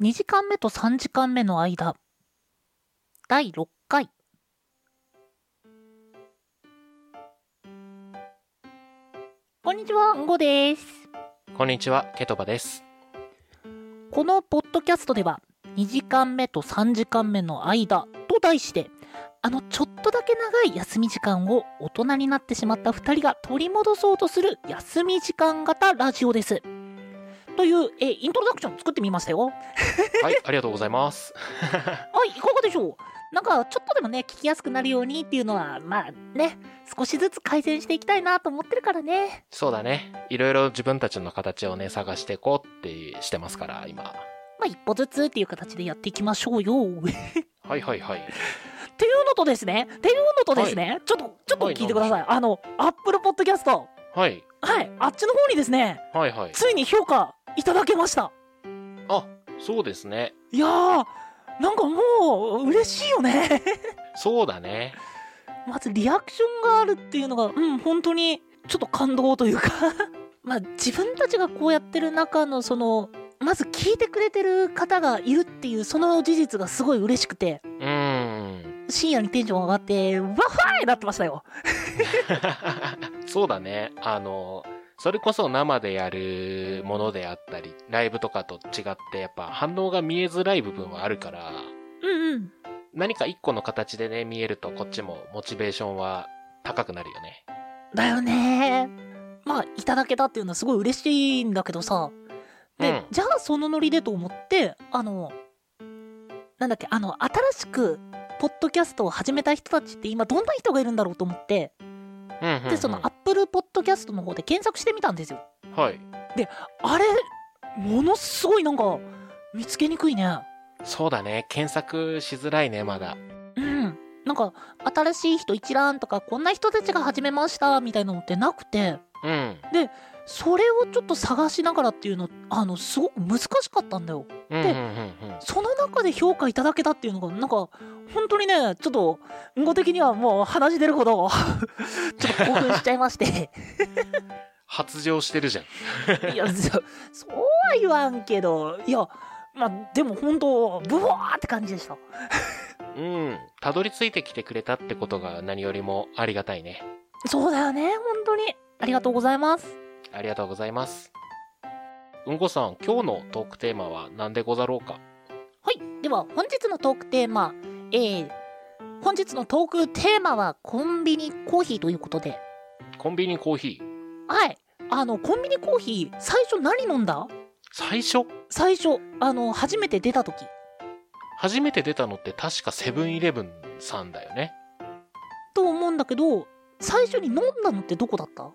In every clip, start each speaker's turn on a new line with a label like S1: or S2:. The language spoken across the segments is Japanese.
S1: 2時間目と3時間目の間第6回こんにちはんごです
S2: こんにちは、ケトバです。
S1: このポッドキャストでは2時間目と3時間目の間と題してあのちょっとだけ長い休み時間を大人になってしまった2人が取り戻そうとする休み時間型ラジオです。というえーイントロダクション作ってみましたよ。
S2: はい、ありがとうございます。
S1: はい、いかがでしょうなんかちょっとでもね、聞きやすくなるようにっていうのは、まあね、少しずつ改善していきたいなと思ってるからね。
S2: そうだね。いろいろ自分たちの形をね、探していこうってしてますから、今。
S1: まあ一歩ずつっていう形でやっていきましょうよ。 っていう
S2: はいはいはい。
S1: のとですね、っていうのとですね、ちょっと、ちょっと聞いてください。あの、Apple Podcast。
S2: はい。
S1: はい、あっちの方にですね、
S2: はいはい。
S1: ついに評価いただけました。
S2: あ、そうですね。
S1: いやー、なんかもう嬉しいよね。
S2: そうだね。
S1: まずリアクションがあるっていうのが、うん、本当にちょっと感動というか まあ自分たちがこうやってる中のそのまず聞いてくれてる方がいるっていうその事実がすごい嬉しくて
S2: うーん。
S1: 深夜にテンション上がってわっはーいなってましたよ
S2: そうだね。あの、それこそ生でやるものであったり、ライブとかと違って、やっぱ反応が見えづらい部分はあるから、
S1: うんうん
S2: 何か一個の形でね、見えるとこっちもモチベーションは高くなるよね。
S1: だよねまあいただけたっていうのはすごい嬉しいんだけどさで、
S2: うん
S1: じゃあそのノリでと思ってあのなんだっけあの新しくポッドキャストを始めた人たちって今どんな人がいるんだろうと思って
S2: うんうん、うん。
S1: でそのアップルポッドキャストの方で検索してみたんですよ
S2: はい。
S1: あれものすごいなんか見つけにくいね
S2: そうだね。検索しづらいね、まだ。
S1: うんなんか新しい人一覧とかこんな人たちが始めましたみたいなのってなくて
S2: うん。
S1: それをちょっと探しながらっていうのあのすごく難しかったんだよ
S2: うんうんうんうん。
S1: その中で評価いただけたっていうのがなんか本当にねちょっとうんご的にはもう話出るほど ちょっと興奮しちゃいまして
S2: 発情してるじゃん。
S1: いや そそうは言わんけどいやまあでも本当ブワーって感じでした
S2: うん。たどり着いてきてくれたってことが何よりもありがたいね。
S1: そうだよね本当にありがとうございます
S2: ありがとうございます。うんこさん、今日のトークテーマは何でござろうか
S1: はいでは本日のトークテーマえー、本日のトークテーマはコンビニコーヒーということで
S2: コンビニコーヒー。
S1: はいあのコンビニコーヒー最初何飲んだ
S2: 最初
S1: 最初あの初めて出た時
S2: 初めて出たのって確かセブンイレブンさんだよね。
S1: と思うんだけど最初に飲んだのってどこだったあ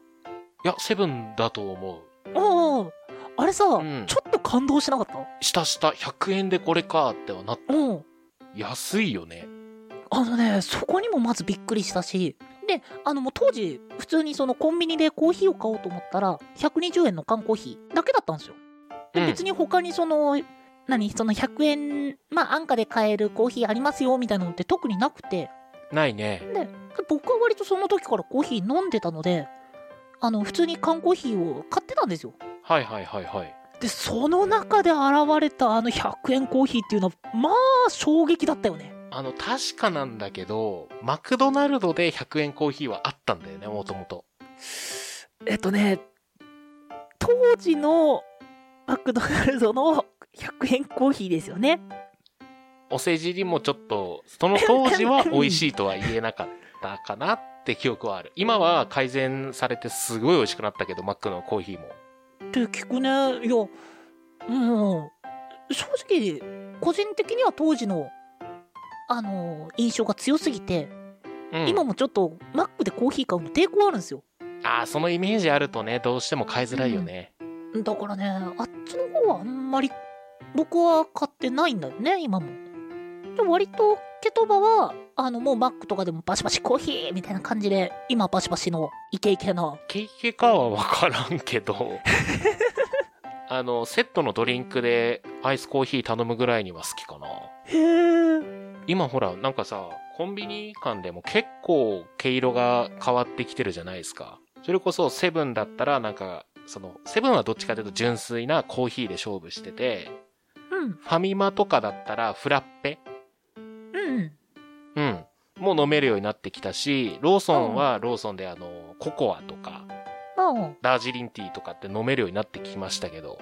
S2: いや、セブンだと思う。
S1: ああれさ、
S2: ん
S1: ちょっと感動しなかった
S2: したした100円でこれかってはな、
S1: うん
S2: 安いよね。
S1: あのねそこにもまずびっくりしたしであのもう当時普通にそのコンビニでコーヒーを買おうと思ったら120円の缶コーヒーだけだったんですよで
S2: うん
S1: 別に他にその何その100円まあ安価で買えるコーヒーありますよみたいなのって特になくて
S2: ないね。
S1: で僕は割とその時からコーヒー飲んでたのであの普通に缶コーヒーを買ってたんですよ
S2: はいはいはいはい。
S1: でその中で現れたあの100円コーヒーっていうのはまあ衝撃だったよね
S2: あの、確かなんだけど、マクドナルドで100円コーヒーはあったんだよね、もともと。
S1: えっとね当時のマクドナルドの100円コーヒーですよね
S2: お世辞にもちょっと、その当 時は美味しいとは言えなかったかなって記憶はある。今は改善されてすごい美味しくなったけど、マックのコーヒーも。
S1: って聞くねいやうん正直個人的には当時のあの印象が強すぎて、
S2: うん、
S1: 今もちょっとマックでコーヒー買うの抵抗あるんですよ
S2: ああ、そのイメージあるとね、どうしても買いづらいよね。
S1: だからねあっちの方はあんまり僕は買ってないんだよね今もで割とケトバはあのもうマックとかでもバシバシコーヒーみたいな感じで今バシバシのイケイケな
S2: ケーキかはわからんけど、あの、セットのドリンクでアイスコーヒー頼むぐらいには好きかな。
S1: へえ
S2: 今ほら、なんかさ、コンビニ間でも結構毛色が変わってきてるじゃないですか。それこそセブンだったらなんか、その、セブンはどっちかというと純粋なコーヒーで勝負してて、
S1: うんうん
S2: ファミマとかだったらフラッペ
S1: うんうん
S2: うん。もう飲めるようになってきたし、ローソンはローソンであの、ココアとか、
S1: ああ
S2: ダージリンティーとかって飲めるようになってきましたけど、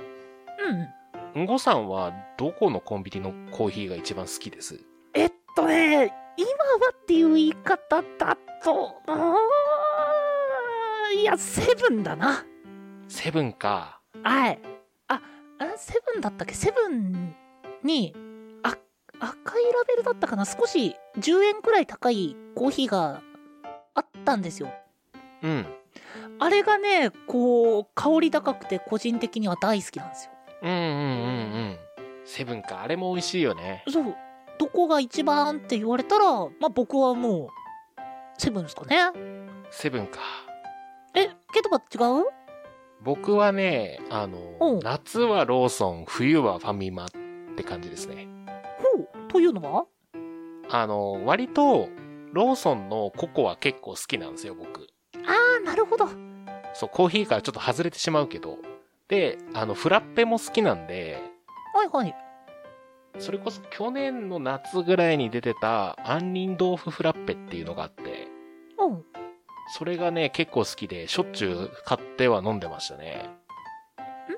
S1: うん
S2: んごさんはどこのコンビニのコーヒーが一番好きです
S1: えっとね、今はっていう言い方だと、うーんいや、セブンだな。
S2: セブンか。
S1: はい。あ、あセブンだったっけセブンに、あ、赤いラベルだったかな少し10円くらい高いコーヒーがあったんですよ。
S2: うん。
S1: あれがね、こう、香り高くて個人的には大好きなんですよ。
S2: うんうんうんうん。セブンか。あれも美味しいよね。
S1: そう。どこが一番って言われたら、まあ僕はもう、セブンですかね。
S2: セブンか。
S1: え、ケトバ違う
S2: 僕はね、あの
S1: お、
S2: 夏はローソン、冬はファミマって感じですね。
S1: ほう。というのは
S2: あの、割と、ローソンのココア結構好きなんですよ、僕。
S1: あーなるほど。
S2: そう、コーヒーからちょっと外れてしまうけど。で、あの、フラッペも好きなんで、
S1: はいはい。
S2: それこそ去年の夏ぐらいに出てた、杏仁豆腐フラッペっていうのがあって、
S1: うん。
S2: それがね、結構好きで、しょっちゅう買っては飲んでましたね。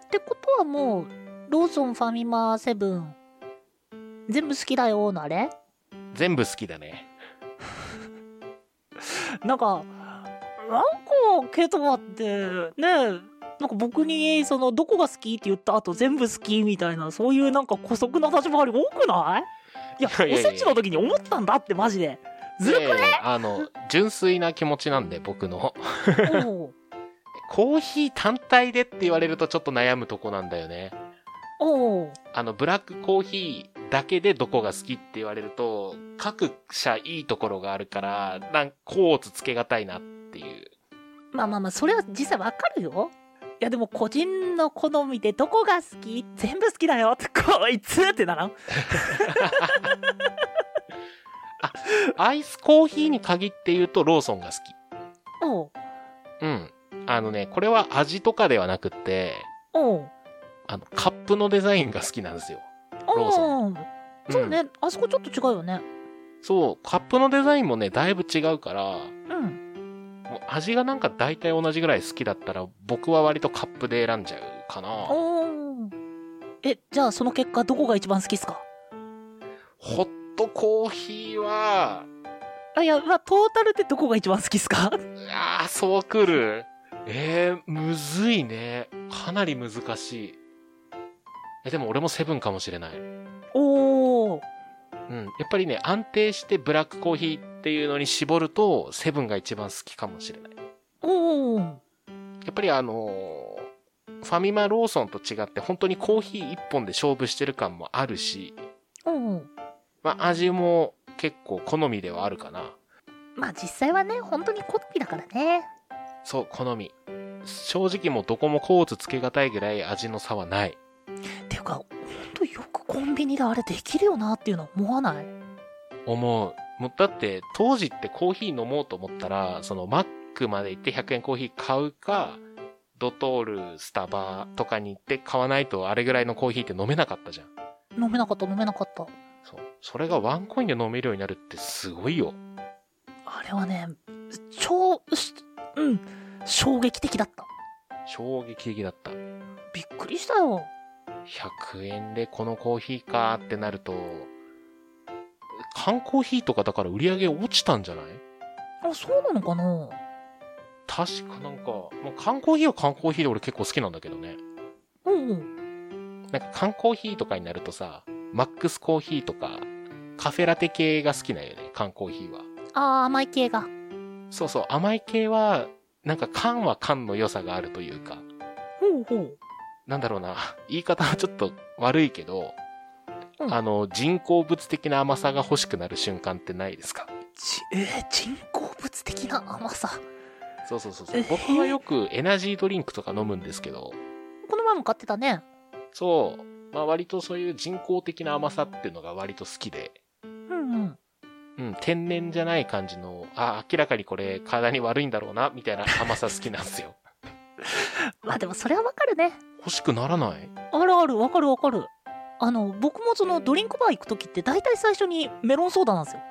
S1: ってことはもう、ローソン、ファミマ、セブン、全部好きだよ、のあれ
S2: 全部好きだね。
S1: なんか、なんか、ケトバって、ね、なんか僕に、その、どこが好きって言った後、全部好きみたいな、そういうなんか古速な立ち回り多くないいや、
S2: いやいやいや
S1: おせちの時に思ったんだって、マジで。ずる
S2: いやいやあの、純粋な気持ちなんで、僕の。
S1: くね おう
S2: コーヒー単体でって言われるとちょっと悩むとこなんだよね。
S1: おう
S2: あの、ブラックコーヒーだけでどこが好きって言われると、各社いいところがあるから、なんコーツつけがたいなっていう。
S1: まあまあまあ、それは実際わかるよ。いやでも個人の好みでどこが好き全部好きだよってこいつってならん
S2: アイスコーヒーに限って言うとローソンが好き。
S1: おう
S2: うん。あのね、これは味とかではなくって、
S1: おう
S2: あの、カップのデザインが好きなんですよ。ローソ
S1: おうそうね、
S2: ん
S1: あそこちょっと違うよね
S2: そう、カップのデザインもね、だいぶ違うから、
S1: うん
S2: もう味がなんか大体同じぐらい好きだったら、僕は割とカップで選んじゃうかな。
S1: おうえじゃあその結果どこが一番好きっすか
S2: ホットコーヒーは、
S1: あいやまあトータルでどこが一番好きっすか
S2: ああ、そうくる。えー、むずいね。かなり難しい。え、でも俺もセブンかもしれない。うん。
S1: おお
S2: やっぱりね、安定してブラックコーヒーっていうのに絞ると、セブンが一番好きかもしれない。
S1: おお
S2: やっぱりあのーファミマローソンと違って、本当にコーヒー一本で勝負してる感もあるし、
S1: おう
S2: まあ味も結構好みではあるかな。
S1: まあ実際はね本当に好みだからね
S2: そう、好み。正直もうどこもコーツつけがたいぐらい味の差はない。
S1: ていうか本当よくコンビニであれできるよなっていうのは思わない
S2: 思う。もうだって、当時ってコーヒー飲もうと思ったら、そのマックまで行って100円コーヒー買うか、ドトール、スタバとかに行って買わないとあれぐらいのコーヒーって飲めなかったじゃん。
S1: 飲めなかった飲めなかった
S2: そう。それがワンコインで飲めるようになるってすごいよ。
S1: あれはね、超、しうん、衝撃的だった。
S2: 衝撃的だった。
S1: びっくりしたよ。
S2: 100円でこのコーヒーかーってなると、缶コーヒーとかだから売り上げ落ちたんじゃない
S1: あ、そうなのかな
S2: 確かなんか、もう缶コーヒーは缶コーヒーで俺結構好きなんだけどね。
S1: うんうん。
S2: なんか缶コーヒーとかになるとさ、マックスコーヒーとか、カフェラテ系が好きなんよね、缶コーヒーは。
S1: あー、甘い系が。
S2: そうそう、甘い系は、なんか缶は缶の良さがあるというか、
S1: ほうほう。
S2: なんだろうな、言い方はちょっと悪いけど、
S1: うん
S2: あの、人工物的な甘さが欲しくなる瞬間ってないですか
S1: ち、えー人工物的な甘さ。
S2: そうそうそうそう
S1: え。
S2: 僕はよくエナジードリンクとか飲むんですけど、
S1: この前も買ってたね。
S2: そう、まあ割とそういう人工的な甘さっていうのが割と好きで、
S1: うんうん。
S2: うん、天然じゃない感じの、あ、明らかにこれ体に悪いんだろうな、みたいな甘さ好きなんですよ。
S1: まあでもそれはわかるね。
S2: 欲しくならない
S1: あるある、わかるわかる。あの僕もそのドリンクバー行く時って大体最初にメロンソーダなんですよ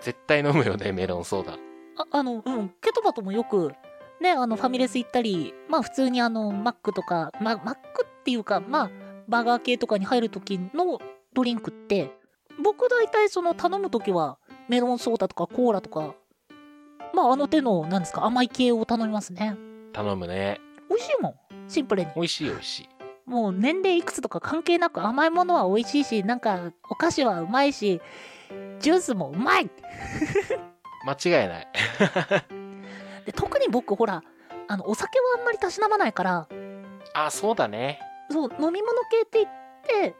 S2: 絶対飲むよね、メロンソーダ。
S1: ああのうんケトバともよくねあのファミレス行ったりまあ普通にあのマックとかまあマックっていうかまあバーガー系とかに入る時のドリンクって僕大体その頼む時はメロンソーダとかコーラとかまああの手のなんですか甘い系を頼みますね
S2: 頼むね。
S1: 美味しいもんシンプルに
S2: 美味しい美味しい。
S1: もう年齢いくつとか関係なく甘いものは美味しいしなんかお菓子はうまいしジュースもうまい
S2: 間違いない。
S1: で特に僕ほらあのお酒はあんまりたしなまないから
S2: あ、そうだね。
S1: そう飲み物系って言って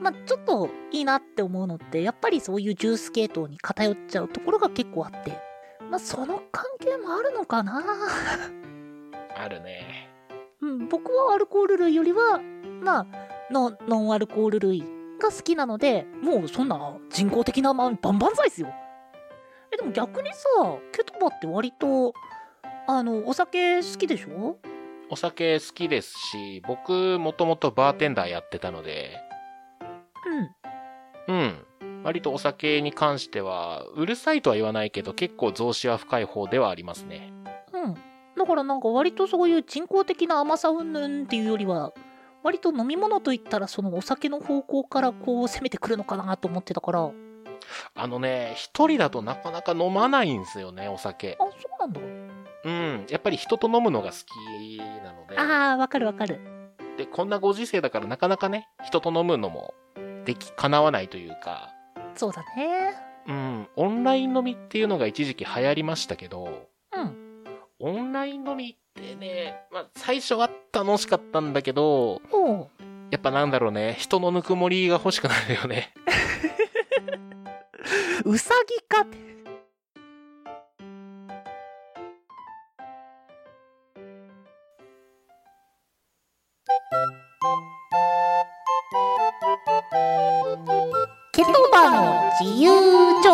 S1: まあちょっといいなって思うのってやっぱりそういうジュース系統に偏っちゃうところが結構あってまあその関係もあるのかな
S2: あるね。
S1: うん僕はアルコール類よりはまあノンノンアルコール類が好きなのでもうそんな人工的なまんバンバン歳ですよえでも逆にさケトバって割とあのお酒好きでしょ
S2: お酒好きですし、僕、もともとバーテンダーやってたので、
S1: うん
S2: うん。割とお酒に関しては、うるさいとは言わないけど、結構増資は深い方ではありますね。
S1: うん。だからなんか割とそういう人工的な甘さ云々っていうよりは、割と飲み物といったらそのお酒の方向からこう攻めてくるのかなと思ってたから、あ、
S2: あのね、一人だとなかなか飲まないんですよね、お酒。
S1: そうなんだ。
S2: うん。やっぱり人と飲むのが好きなので。
S1: ああ、わかるわかる。
S2: で、こんなご時世だからなかなかね、人と飲むのも、でき、叶わないというか、
S1: そうだね。
S2: うん、オンライン飲みっていうのが一時期流行りましたけど、
S1: うん。
S2: オンライン飲みってね、まあ、最初は楽しかったんだけど、
S1: おう。
S2: やっぱなんだろうね、人のぬくもりが欲しくなるよね。
S1: うさぎかって。ケトバの自由帳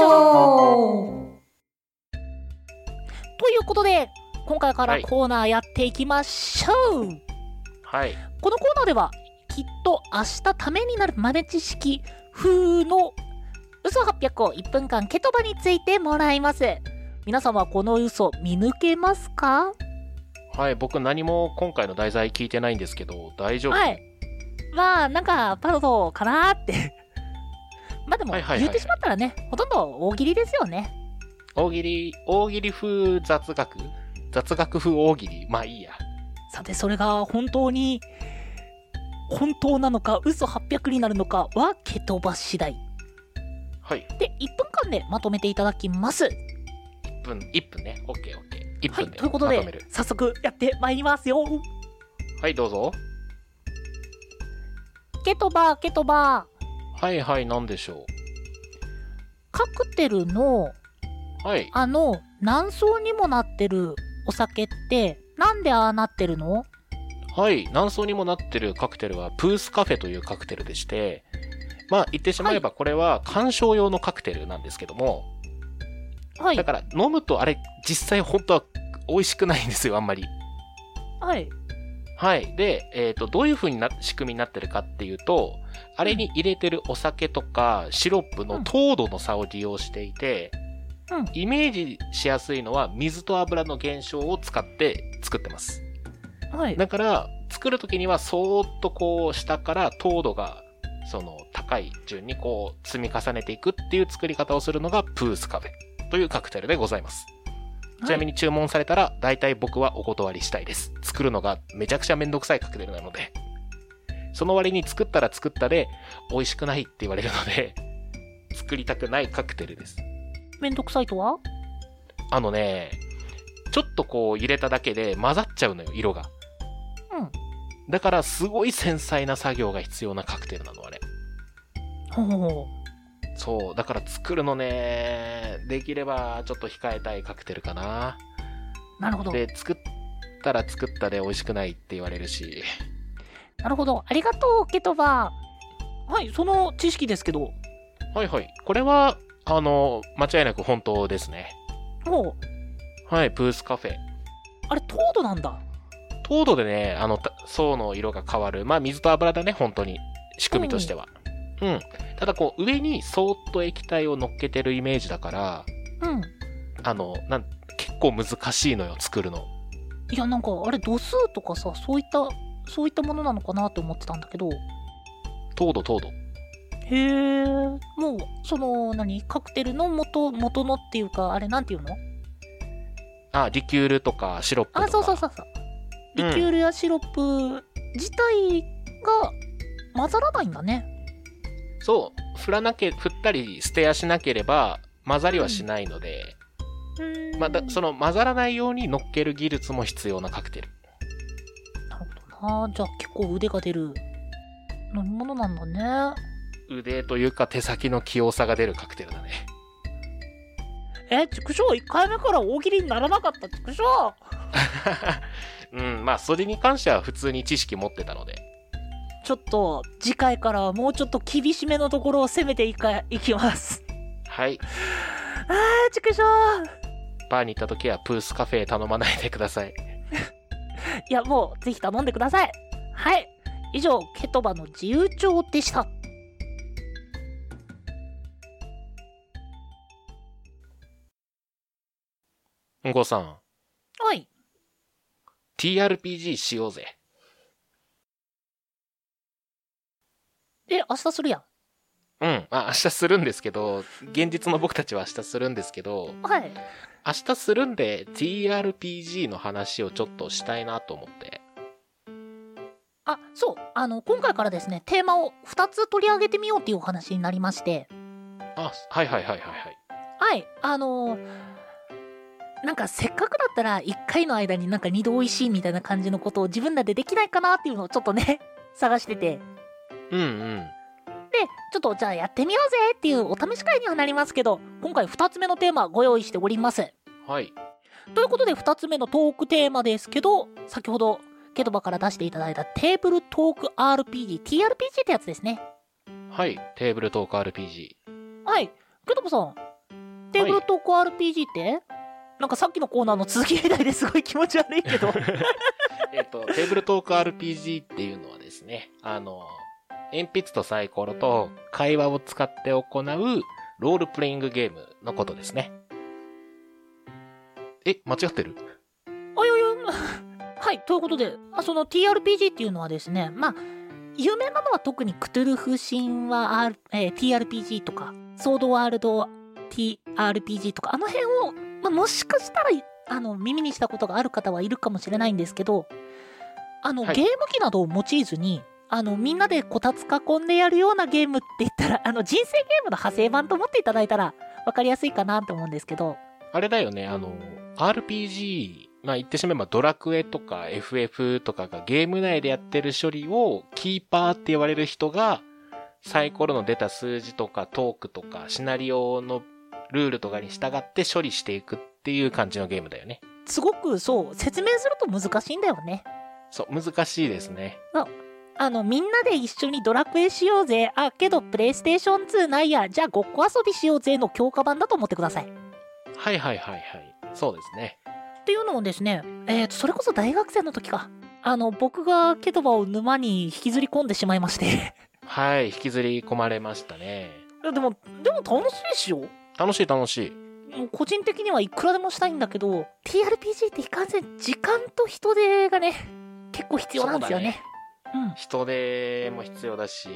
S1: ということで今回から
S2: はい
S1: コーナーやっていきましょう、
S2: はい。
S1: このコーナーではきっと明日ためになる豆知識風の嘘800を1分間ケトバについてもらいます皆さんはこの嘘見抜けますか
S2: はい、僕何も今回の題材聞いてないんですけど、大丈夫、
S1: はいまあなんかパロドかなーって まあでも
S2: はいはいはい
S1: 言ってしまったらねほとんど大喜利ですよね
S2: 大喜利、大喜利風雑学雑学風大喜利まあいいや。
S1: さてそれが本当に本当なのか嘘800になるのかはケトバ次第
S2: はい。
S1: で1分間でまとめていただきます
S2: 1分、1分ね。オッケーオッケー。1
S1: はい、
S2: 分で
S1: という
S2: ま
S1: こと
S2: と
S1: で
S2: める。、
S1: 早速やってまいりますよ。
S2: はい、どうぞ。
S1: ケトバー、ケトバー。
S2: はいはい、なんでしょ
S1: カクテルの、
S2: う。はい。
S1: あの、何層にもなってるお酒って、なんでああなってるの
S2: はい、何層にもなってるカクテルはプースカフェというカクテルでして、まあ言ってしまえばこれは鑑賞用のカクテルなんですけども、
S1: は
S2: だ
S1: い。
S2: から飲むとあれ実際本当は美味しくないんですよ、あんまり。
S1: はい。
S2: はい。で、えっ、と、どういう風にな、仕組みになってるかっていうと、あれに入れてるお酒とかシロップ
S1: う
S2: の
S1: ん
S2: 糖度の差を利用していて、
S1: うん
S2: イメージしやすいのは水と油の減少を使って作ってます。
S1: はい。
S2: だから作る時にはそーっとこう下から糖度がその高い順にこう積み重ねていくっていう作り方をするのがプースカフェというカクテルでございます、ちなみ
S1: に。
S2: に注文されたら大体僕はお断りしたいです作るのがめちゃくちゃめんどくさいカクテルなのでその割に作ったら作ったで美味しくないって言われるので作りたくないカクテルです
S1: めんどくさいとは
S2: あのね、ちょっとこう入れただけで混ざっちゃうのよ、色が。
S1: うん。
S2: だから、すごい繊細な作業が必要なカクテルなの、あれ。
S1: ほうほうほ
S2: そう、だから作るのね、できればちょっと控えたいカクテルかな。
S1: うなるほど。
S2: で、作ったら作ったで美味しくないって言われるし。
S1: なるほど。ありがとう、ケトバー。はい、その知識ですけど、
S2: はいはい。これは、あの、間違いなく本当ですね。
S1: もう、
S2: はい、プースカフェ。
S1: あれ、糖度なんだ。
S2: 糖度でね、あの、た層の色が変わる。まあ、水と油だね、本当に。仕組みとしては。うん。ただこう、上にそーっと液体を乗っけてるイメージだから、
S1: うん。
S2: あの、なん、結構難しいのよ、作るの。
S1: いや、なんか、あれ、度数とかさ、そういった、そういったものなのかなって思ってたんだけど、
S2: 糖度、糖度。
S1: へえ、もう、その、何、カクテルの元、元のっていうか、あれ、なんていうの
S2: あ、リキュールとかシロップとか。
S1: あ、そうそうそうそう。リキュールやシロップ自体が混ざらないんだね。
S2: そう。振らなけ、振ったり捨てやしなければ混ざりはしないので、
S1: うん
S2: まあだ、その混ざらないように乗っける技術も必要なカクテル。
S1: なるほどな。じゃあ結構腕が出る飲み物なんだね。
S2: 腕というか手先の器用さが出るカクテルだね。
S1: え、畜生1回目から大喜利にならなかった畜生
S2: うん、まあ、それに関しては普通に知識持ってたので。
S1: ちょっと次回からはもうちょっと厳しめのところを攻めていかいきます。
S2: はい。
S1: あー、畜生
S2: バーに行った時はプースカフェ頼まないでください。
S1: いや、もうぜひ頼んでください。はい。以上、ケトバの自由帳でした。
S2: うんこさん、
S1: はい。
S2: TRPG しようぜ。
S1: で、明日するやん。
S2: うん。まあ、明日するんですけど、現実の僕たちは明日するんですけど、
S1: はい。
S2: 明日するんで TRPG の話をちょっとしたいなと思って。
S1: あそうあの今回からですねテーマを2つ取り上げてみようっていうお話になりまして
S2: あ、はいはいはいはいはい。
S1: はいあのーなんかせっかくだったら1回の間になんか2度おいしいみたいな感じのことを自分らでできないかなっていうのをちょっとね 探しててで
S2: うんうん。
S1: ちょっとじゃあやってみようぜっていうお試し会にはなりますけど今回2つ目のテーマご用意しております
S2: はい。
S1: ということで2つ目のトークテーマですけど先ほどケトバから出していただいたテーブルトーク RPGTRPG ってやつですね
S2: はい。テーブルトーク RPG。
S1: はい、ケトポさん、テーブルトーク RPG って、なんかさっきのコーナーの続きみたいですごい気持ち悪いけど。
S2: えっと、テーブルトーク RPG っていうのはですね、あの、鉛筆とサイコロと会話を使って行うロールプレイングゲームのことですね。え、間違ってる
S1: あいやいや、はい、ということで、あ その TRPG っていうのはですね、まあ、有名なのは特にクトゥルフ神話、R えー TRPG とか、ソードワールド TRPG とか、あの辺を、まあ、もしかしたら、あの、耳にしたことがある方はいるかもしれないんですけど、あの、
S2: はい
S1: ゲーム機などを用いずに、あの、みんなでこたつ囲んでやるようなゲームって言ったら、あの、人生ゲームの派生版と思っていただいたら、わかりやすいかなと思うんですけど、
S2: あれだよね、あの、RPG、まあ言ってしまえばドラクエとか FF とかがゲーム内でやってる処理をキーパーって言われる人がサイコロの出た数字とかトークとかシナリオのルールとかに従って処理していくっていう感じのゲームだよね。
S1: すごくそう、説明すると難しいんだよね。
S2: そう、難しいですね。
S1: あの、みんなで一緒にドラクエしようぜ。あ、けど、プレイステーション2ないや。じゃあ、ごっこ遊びしようぜの強化版だと思ってください。っ
S2: はいはいはいはい。そうですね。
S1: ていうのをですね、えーと、それこそ大学生の時か。あの、僕がケトバを沼に引きずり込んでしまいまして。
S2: はい、引きずり込まれましたね。
S1: でも、でも楽しいしよ。
S2: 楽しい楽しい。
S1: もう個人的にはいくらでもしたいんだけど、TRPG っていかんせん時間と人手がね、結構必要なんですよね。うん。
S2: 人手も必要だし、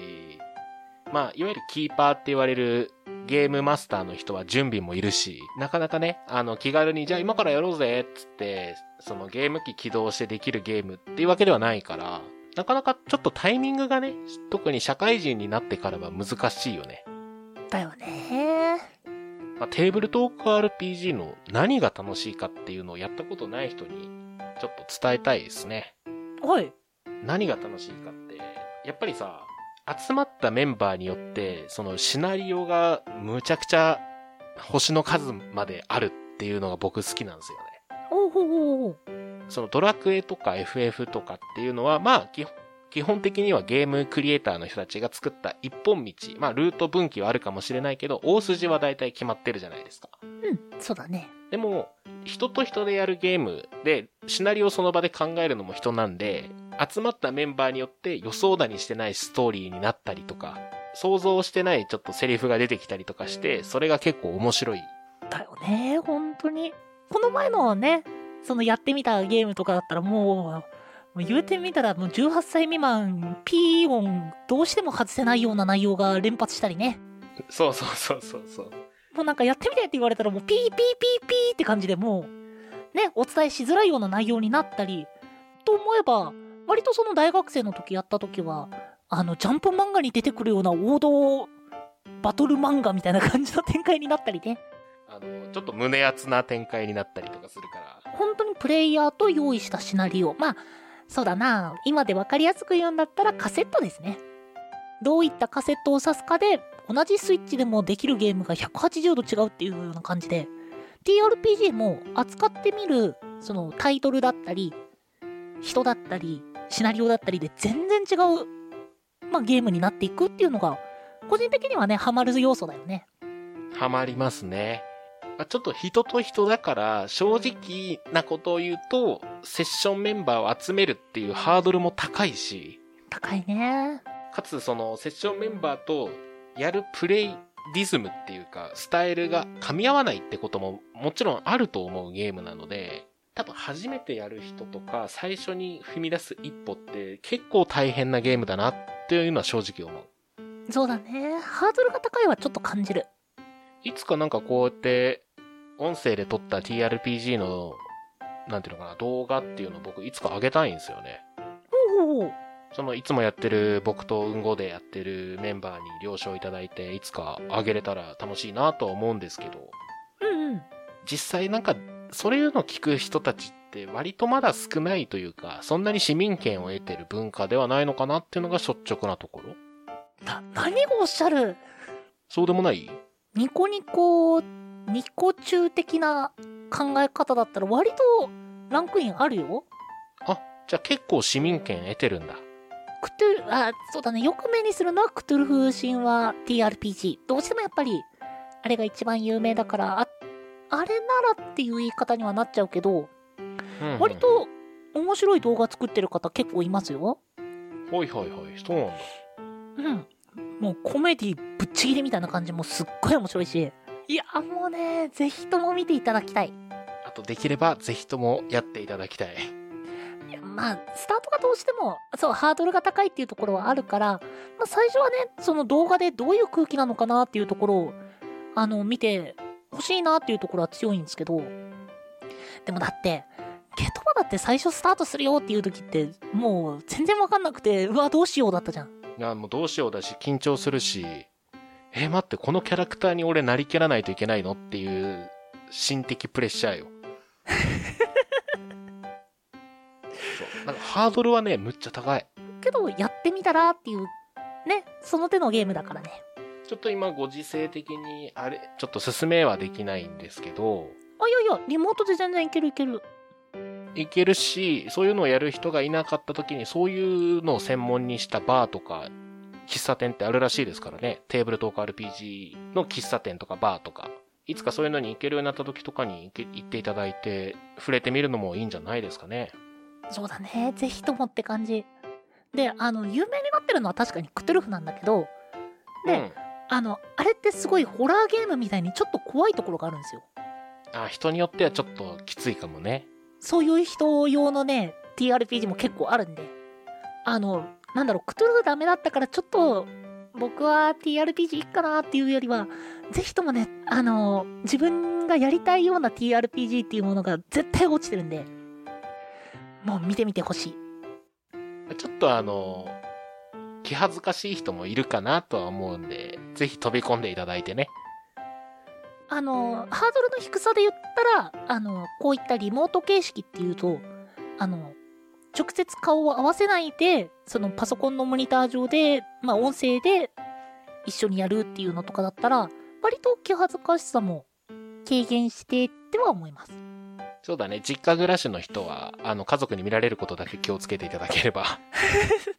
S2: まあ、いわゆるキーパーって言われるゲームマスターの人は準備もいるし、なかなかね、あの、気軽に、じゃあ今からやろうぜっつって、そのゲーム機起動してできるゲームっていうわけではないから、なかなかちょっとタイミングがね、特に社会人になってからは難しいよね。
S1: だよね。
S2: まあ、テーブルトーク RPG の何が楽しいかっていうのをやったことない人にちょっと伝えたいですね。
S1: はい。
S2: 何が楽しいかって、やっぱりさ、集まったメンバーによって、そのシナリオがむちゃくちゃ星の数まであるっていうのが僕好きなんですよね。
S1: おうほうほうほう。
S2: そのドラクエとか FF とかっていうのは、まあ基本、基本的にはゲームクリエイターの人たちが作った一本道、まあルート分岐はあるかもしれないけど、大筋は大体決まってるじゃないですか。
S1: うん、そうだね。
S2: でも、人と人でやるゲームで、シナリオをその場で考えるのも人なんで、集まったメンバーによって予想だにしてないストーリーになったりとか、想像してないちょっとセリフが出てきたりとかして、それが結構面白い。
S1: だよね、本当に。この前のね、そのやってみたゲームとかだったらもう、もう言うてみたらもう18歳未満、ピー音どうしても外せないような内容が連発したりね。
S2: そうそうそうそうそう。
S1: もうなんかやってみてって言われたらもうピーピーピーピーって感じでもう、ね、お伝えしづらいような内容になったり、と思えば、割とその大学生の時やった時は、あの、ジャンプ漫画に出てくるような王道バトル漫画みたいな感じの展開になったりね。
S2: あの、ちょっと胸熱な展開になったりとかするから。
S1: 本当にプレイヤーと用意したシナリオ。まあ、そうだな。今で分かりやすく言うんだったらカセットですね。どういったカセットを指すかで、同じスイッチでもできるゲームが180度違うっていうような感じで、TRPG も扱ってみる、そのタイトルだったり、人だったり、シナリオだったりで全然違う、まあ、ゲームになっていくっていうのが、個人的にはね、ハマる要素だよね。
S2: ハマりますね。まあちょっと人と人だから、正直なことを言うと、セッションメンバーを集めるっていうハードルも高いし、
S1: 高いね。
S2: かつそのセッションメンバーとやるプレイリズムっていうか、スタイルが噛み合わないってことももちろんあると思うゲームなので、多分初めてやる人とか、最初に踏み出す一歩って結構大変なゲームだなっていうのは正直思う。
S1: そうだね。ハードルが高いはちょっと感じる。
S2: いつかなんかこうやって、音声で撮った TRPG の、なんていうのかな、動画っていうのを僕いつか上げたいんですよね。
S1: おうおうおう
S2: そのいつもやってる僕と運語でやってるメンバーに了承いただいて、いつか上げれたら楽しいなとは思うんですけど、
S1: うんうん。
S2: 実際なんか、そういうの聞く人たちって割とまだ少ないというか、そんなに市民権を得てる文化ではないのかなっていうのが率直なところ。
S1: な、何をおっしゃる
S2: そうでもない
S1: ニコニコ、ニコ中的な考え方だったら割とランクインあるよ。
S2: じゃあ結構市民権得てるんだ。
S1: クトゥル、あ、そうだね。よく目にするのはクトゥルフ神話 TRPG。どうしてもやっぱり、あれが一番有名だから、あ、あれならっていう言い方にはなっちゃうけど、
S2: うんうん
S1: 割。と面白い動画作ってる方結構いますよ。
S2: はいはいはい、そうなんだ。
S1: うん。もうコメディぶっちぎりみたいな感じもすっごい面白いし。いや、もうね、ぜひとも見ていただきたい。
S2: あとできればぜひともやっていただきたい。
S1: いやまあ、スタートがどうしても、そう、ハードルが高いっていうところはあるから、まあ、最初はね、その動画でどういう空気なのかなっていうところを、あの、見て欲しいなっていうところは強いんですけど、でもだって、ゲトバだって最初スタートするよっていう時って、もう全然わかんなくて、うわ、どうしようだったじゃん。
S2: あもうどうしようだし、緊張するし、え、待って、このキャラクターに俺なりきらないといけないのっていう、心的プレッシャーよ。そう。なんかハードルはね、むっちゃ高い。
S1: けど、やってみたらっていう、ね、その手のゲームだからね。
S2: ちょっと今ご時世的に、あれ、ちょっと勧めはできないんですけど、
S1: あ、いやいや、リモートで全然いけるいける。
S2: いけるし、そういうのをやる人がいなかった時に、そういうのを専門にしたバーとか、喫茶店ってあるらしいですからね。テーブルトーク RPG の喫茶店とかバーとか。いつかそういうのに行けるようになった時とかに行け行っていただいて、触れてみるのもいいんじゃないですかね。
S1: そうだね。ぜひともって感じ。で、あの、有名になってるのは確かにクトゥルフなんだけど、ね
S2: うん。
S1: あの、あれってすごいホラーゲームみたいにちょっと怖いところがあるんですよ。
S2: あ、人によってはちょっときついかもね。
S1: そういう人用のね、TRPG も結構あるんで。あの、なんだろう、クトゥルフダメだったからちょっと、僕は TRPG いっかなっていうよりは、ぜひともね、あの、自分がやりたいような TRPG っていうものが絶対落ちてるんで、もう見てみてほしい。
S2: ちょっとあの、気恥ずかしい人もいるかなとは思うんで、ぜひ飛び込んでいただいてね。
S1: あの、ハードルの低さで言ったら、あの、こういったリモート形式っていうと、あの、直接顔を合わせないで、そのパソコンのモニター上で、まあ音声で一緒にやるっていうのとかだったら、割と気恥ずかしさも軽減してっては思います。
S2: そうだね。実家暮らしの人は、あの、家族に見られることだけ気をつけていただければ。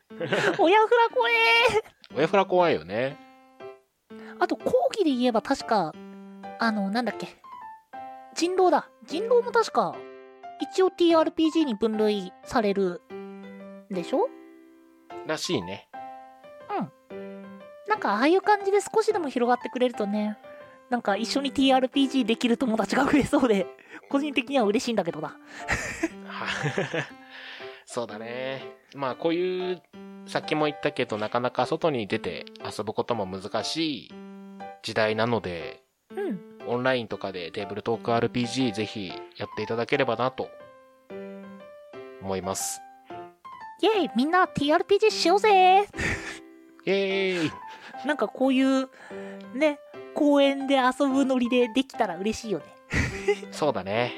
S1: 親フラ怖え
S2: 親フラ怖いよね。
S1: あと講義で言えば確か、あの、なんだっけ。人狼だ。人狼も確か、一応 TRPG に分類される、でしょ
S2: らしいね。
S1: なんかああいう感じで少しでも広がってくれるとね、なんか一緒に TRPG できる友達が増えそう で、個人的には嬉しいんだけどな。
S2: はい そうだね。まあこういう、さっきも言ったけど、なかなか外に出て遊ぶことも難しい時代なので、
S1: うん。
S2: オンラインとかでテーブルトーク RPG ぜひやっていただければなと思います。
S1: イェイみんな TRPG しようぜ
S2: イェーイ
S1: なんかこういう、ね、公園で遊ぶノリでできたら嬉しいよね。
S2: そうだね。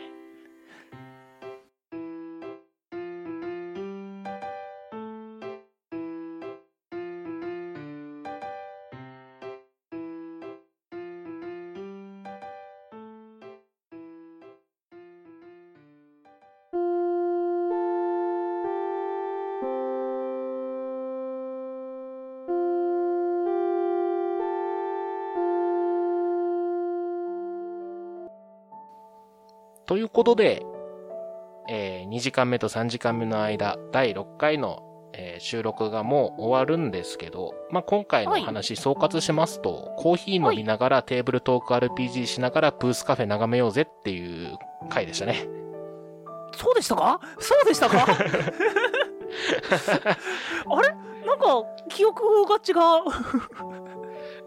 S2: ということで、えー2時間目と3時間目の間、第6回の、えー収録がもう終わるんですけど、まあ、今回の話総括しますと、コーヒー飲みながらテーブルトーク RPG しながらブースカフェ眺めようぜっていう回でしたね。
S1: そうでしたかそうでした かあれなんか記憶が違う。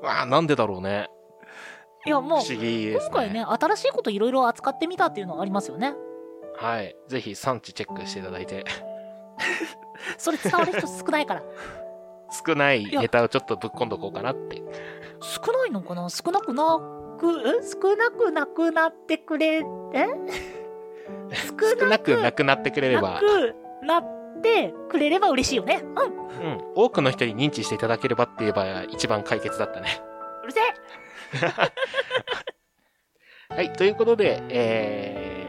S2: わあ、なんでだろうね。
S1: いや
S2: 不
S1: もう、
S2: 思議ですね。
S1: 今回ね、新しいこといろいろ扱ってみたっていうのはありますよね。
S2: はい。ぜひ産地チェックしていただいて。
S1: それ伝わる人少ないから。
S2: 少ない
S1: いや
S2: ネタをちょっとぶっ込んどこうかなって。
S1: 少ないのかな少なくなく、え少なくなくなってくれ、え少
S2: 少
S1: な
S2: な
S1: く
S2: く
S1: な
S2: なくなってくれれば、
S1: くなってくれれば嬉しいよね。うん、う
S2: うん。多くの人に認知していただければって言えば一番解決だったね。
S1: るせえ
S2: はい。ということで、え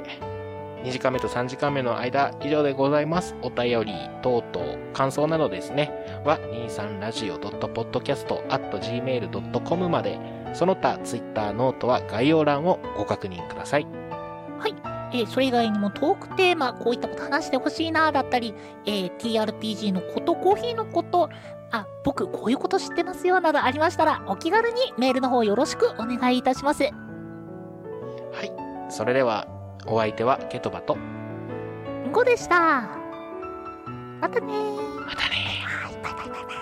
S2: ー、2時間目と3時間目の間、以上でございます。お便り、等々、感想などですね、は、23radio.podcast.gmail.com まで、その他、ツイッター、ノートは概要欄をご確認ください。
S1: えーそれ以外にもトークテーマ、こういったこと話してほしいな、だったり、えー TRPG のこと、コーヒーのこと、あ、僕こういうこと知ってますよ、などありましたら、お気軽にメールの方よろしくお願いいたします。
S2: はい。それでは、お相手は、ケトバと、
S1: んごでした。またねー。
S2: またね
S1: はい、バイバイバイバイ。